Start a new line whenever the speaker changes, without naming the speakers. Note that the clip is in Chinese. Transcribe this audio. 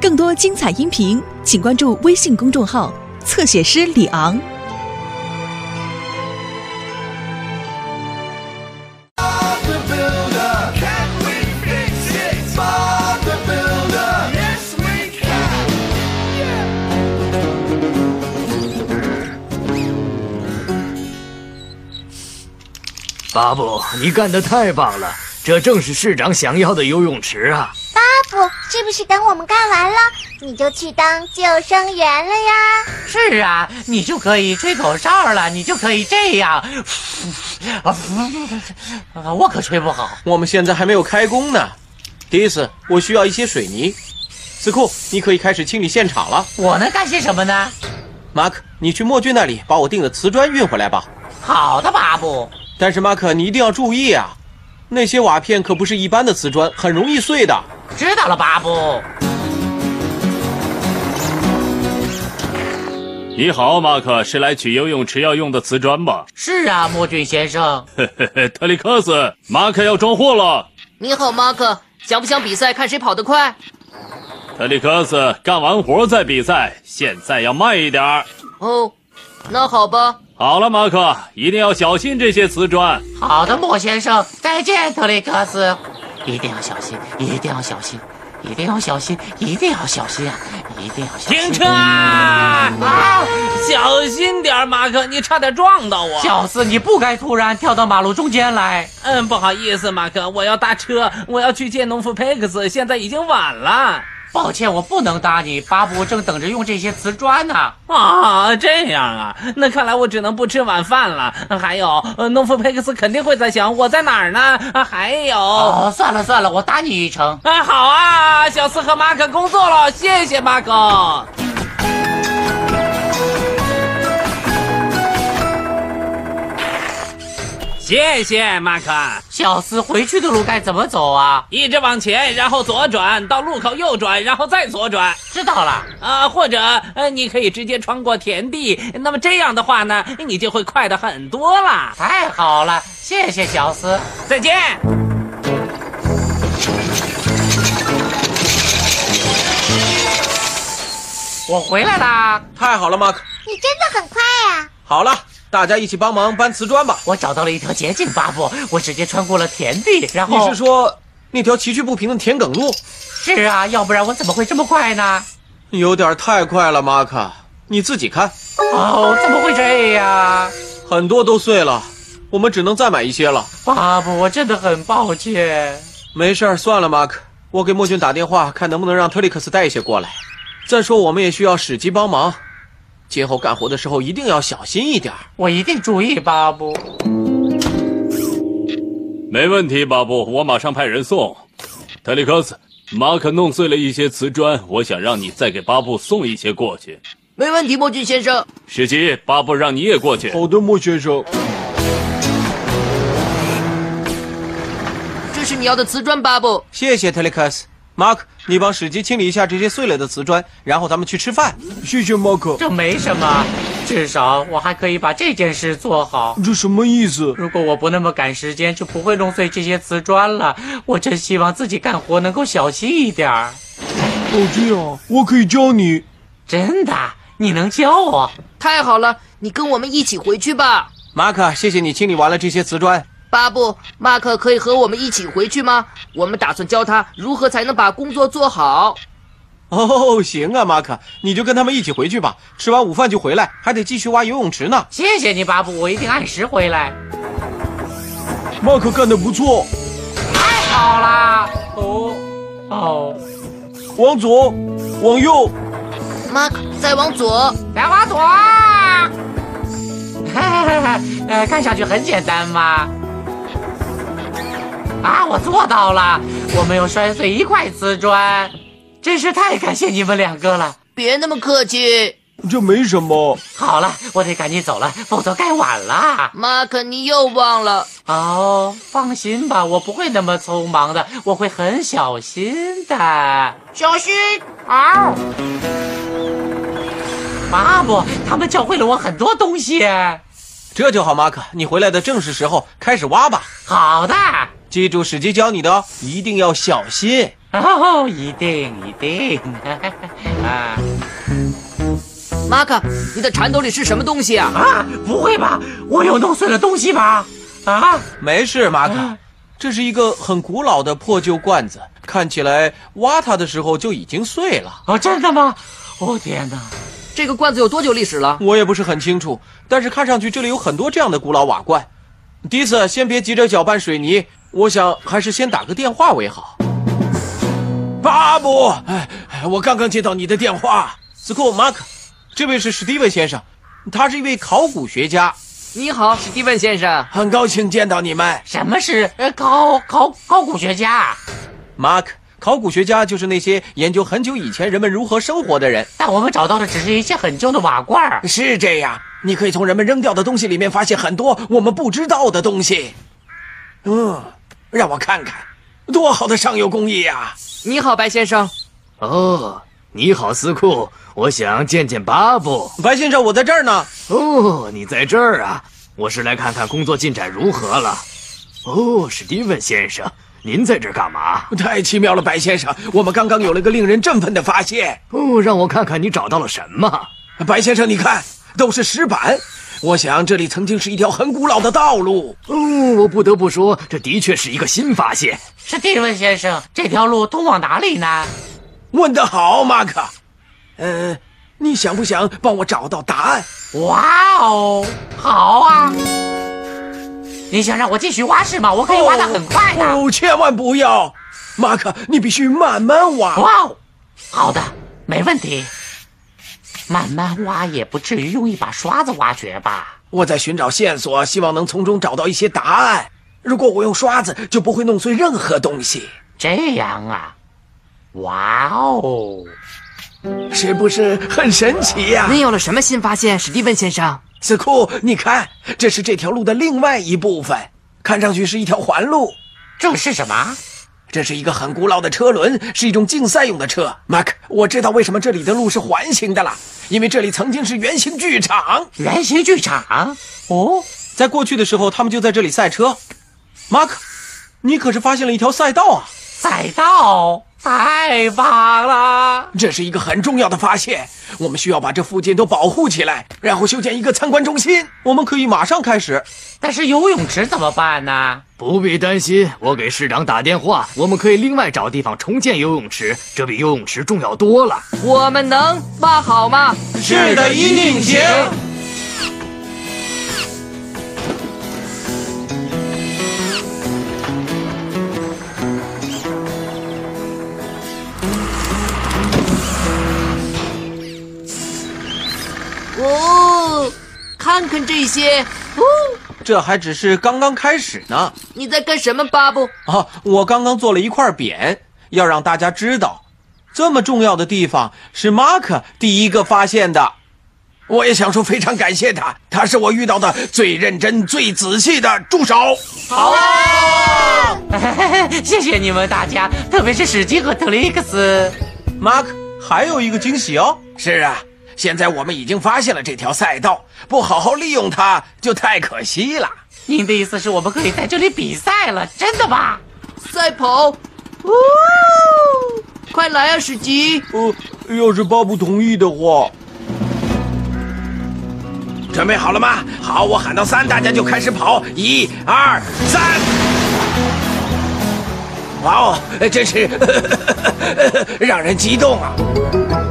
更多精彩音频，请关注微信公众号“侧写师李昂”。
the Builder. Can we fix it? Bob the Builder. Yes, we can.
巴布，你干得太棒了！这正是市长想要的游泳池啊！
不，是不是等我们干完了，你就去当救生员了呀？
是啊，你就可以吹口哨了，你就可以这样。啊，我可吹不好。
我们现在还没有开工呢。迪斯，我需要一些水泥。斯库，你可以开始清理现场了。
我能干些什么呢？
马克，你去墨俊那里把我订的瓷砖运回来吧。
好的，巴布。
但是马克，你一定要注意啊，那些瓦片可不是一般的瓷砖，很容易碎的。
知道了，巴布。
你好，马克，是来取游泳池要用的瓷砖吗？
是啊，莫俊先生。
嘿嘿嘿， 特里克斯，马克要装货了。
你好，马克，想不想比赛，看谁跑得快？
特里克斯，干完活再比赛，现在要慢一点儿。
哦，那好吧。
好了，马克，一定要小心这些瓷砖。
好的，莫先生，再见，特雷克斯。一定要小心，一定要小心，一定要小心，一定要小心啊！一定要小心。
停车！啊！小心点儿，马克，你差点撞到我。
小四，你不该突然跳到马路中间来。
嗯，不好意思，马克，我要搭车，我要去见农夫佩克斯，现在已经晚了。
抱歉，我不能搭你。巴布正等着用这些瓷砖呢、
啊，这样啊，那看来我只能不吃晚饭了。还有，呃农夫佩克斯肯定会在想我在哪儿呢。啊，还有，
哦，算了算了，我搭你一程。
啊，好啊，小四和马可工作了，谢谢马可。谢谢马可，
小斯，回去的路该怎么走啊？
一直往前，然后左转到路口右转，然后再左转
知道了，
啊，或者呃，你可以直接穿过田地。那么这样的话呢，你就会快的很多啦。
太好了，谢谢小斯。
再见。
我回来啦，
太好了，马克。
你真的很快呀、
好了，大家一起帮忙搬瓷砖吧。
我找到了一条捷径，巴布，我直接穿过了田地，然
你
后
是说那条崎岖不平的田埂路？
是啊，要不然我怎么会这么快呢？
有点太快了，马克。你自己看，
哦，怎么会这样？啊
很多都碎了，我们只能再买一些了。
巴布，我真的很抱歉。
没事儿，算了，马克，我给莫俊打电话，看能不能让特里克斯带一些过来。再说，我们也需要史基帮忙，今后干活的时候一定要小心一点儿。
我一定注意，巴布。
没问题，巴布，我马上派人送。特里克斯，马克弄碎了一些瓷砖，我想让你再给巴布送一些过去。
没问题，墨俊先生。
史基，巴布让你也过去。
好的，莫先生。
这是你要的瓷砖，巴布。
谢谢特里克斯。马克，你帮史基清理一下这些碎了的瓷砖，然后咱们去吃饭。谢谢马克。
这没什么，至少我还可以把这件事做好。
这什么意思？
如果我不那么赶时间，就不会弄碎这些瓷砖了。我真希望自己干活能够小心一点儿。
哦，这样，我可以教你。
真的，你能教我？
太好了，你跟我们一起回去吧，
马克，谢谢你清理完了这些瓷砖。
巴布。马克可以和我们一起回去吗？我们打算教他如何才能把工作做好。
哦，行啊，马克，你就跟他们一起回去吧。吃完午饭就回来，还得继续挖游泳池呢。
谢谢你，巴布，我一定按时回来。
马克干得不错，
太好啦！哦，哦，
往左，往右。
马克，再往左。
来花朵啊！呃，看上去很简单嘛。啊，我做到了，我没有摔碎一块瓷砖，真是太感谢你们两个了。
别那么客气，
这没什么。
好了，我得赶紧走了，否则该晚了。
马克，你又忘了。
哦，放心吧，我不会那么匆忙的，我会很小心的。
小心，
嗷！巴布，他们教会了我很多东西。
这就好，马克，你回来的正是时候，开始挖吧。
好的，
记住史基教你的哦，一定要小心。
哦，一定一定 啊
马克，你的铲斗里是什么东西啊？
啊！不会吧？我有弄碎了东西吧？啊！
没事，马可，这是一个很古老的破旧罐子，看起来挖它的时候就已经碎了。
哦，真的吗？哦天哪！
这个罐子有多久历史了？
我也不是很清楚，但是看上去这里有很多这样的古老瓦罐。迪斯，先别急着搅拌水泥，我想还是先打个电话为好。巴布，哎，哎我刚刚接到你的电话。斯库马克，这位是史蒂文先生，他是一位考古学家，
你好，史蒂文先生。
很高兴见到你们。
什么是呃考考考古学家？
马克，考古学家就是那些研究很久以前人们如何生活的人。
但我们找到的只是一些很旧的瓦罐儿。
是这样，你可以从人们扔掉的东西里面发现很多我们不知道的东西。嗯，让我看看，多好的上游工艺啊呀、
你好，白先生。
哦，你好，司库，我想见见巴布。
白先生，我在这儿呢。
哦，你在这儿啊？我是来看看工作进展如何了。哦，史蒂文先生，您在这儿干嘛？
太奇妙了，白先生，我们刚刚有了一个令人振奋的发现。
哦，让我看看你找到了什么。
白先生，你看，都是石板。我想这里曾经是一条很古老的道路。
哦，我不得不说，这的确是一个新发现。
史蒂文先生，这条路通往哪里呢？
问得好，马克。嗯，你想不想帮我找到答案？
哇哦，好啊！你想让我继续挖是吗？我可以哎挖得很快的。
哦，千万不要，马克，你必须慢慢挖。
哇哦，好的，没问题。慢慢挖也不至于用一把刷子挖掘吧？
我在寻找线索，希望能从中找到一些答案。如果我用刷子，就不会弄碎任何东西，
这样啊？哇哦！
是不是很神奇呀、
您有了什么新发现，史蒂文先生？
斯库，你看，这是这条路的另外一部分，看上去是一条环路。
这是什么？
这是一个很古老的车轮，是一种竞赛用的车。马克，我知道为什么这里的路是环形的了，因为这里曾经是圆形剧场。
圆形剧场？哦，
在过去的时候，他们就在这里赛车。马克，你可是发现了一条赛道啊！
赛道，太棒了！
这是一个很重要的发现，我们需要把这附近都保护起来，然后修建一个参观中心。我们可以马上开始。
但是游泳池怎么办呢？
不必担心，我给市长打电话，我们可以另外找地方重建游泳池，这比游泳池重要多了。
我们能挖好吗？
是的，一定行。
哦，看看这些。哦，
这还只是刚刚开始呢。
你在干什么，巴布？
啊，我刚刚做了一块匾，要让大家知道，这么重要的地方是马克第一个发现的。我也想说非常感谢他，他是我遇到的最认真、最仔细的助手。
好啊！谢谢你们大家，特别是史基和特雷克斯。
马克，还有一个惊喜哦！是啊，现在我们已经发现了这条赛道，不好好利用它就太可惜了。
您的意思是我们可以在这里比赛了，真的吗？
赛跑。哦，快来啊，史吉！
呃，要是巴布同意的话，准备好了吗？好，我喊到三，大家就开始跑，一、二、三。 哇哦，真是让人激动啊！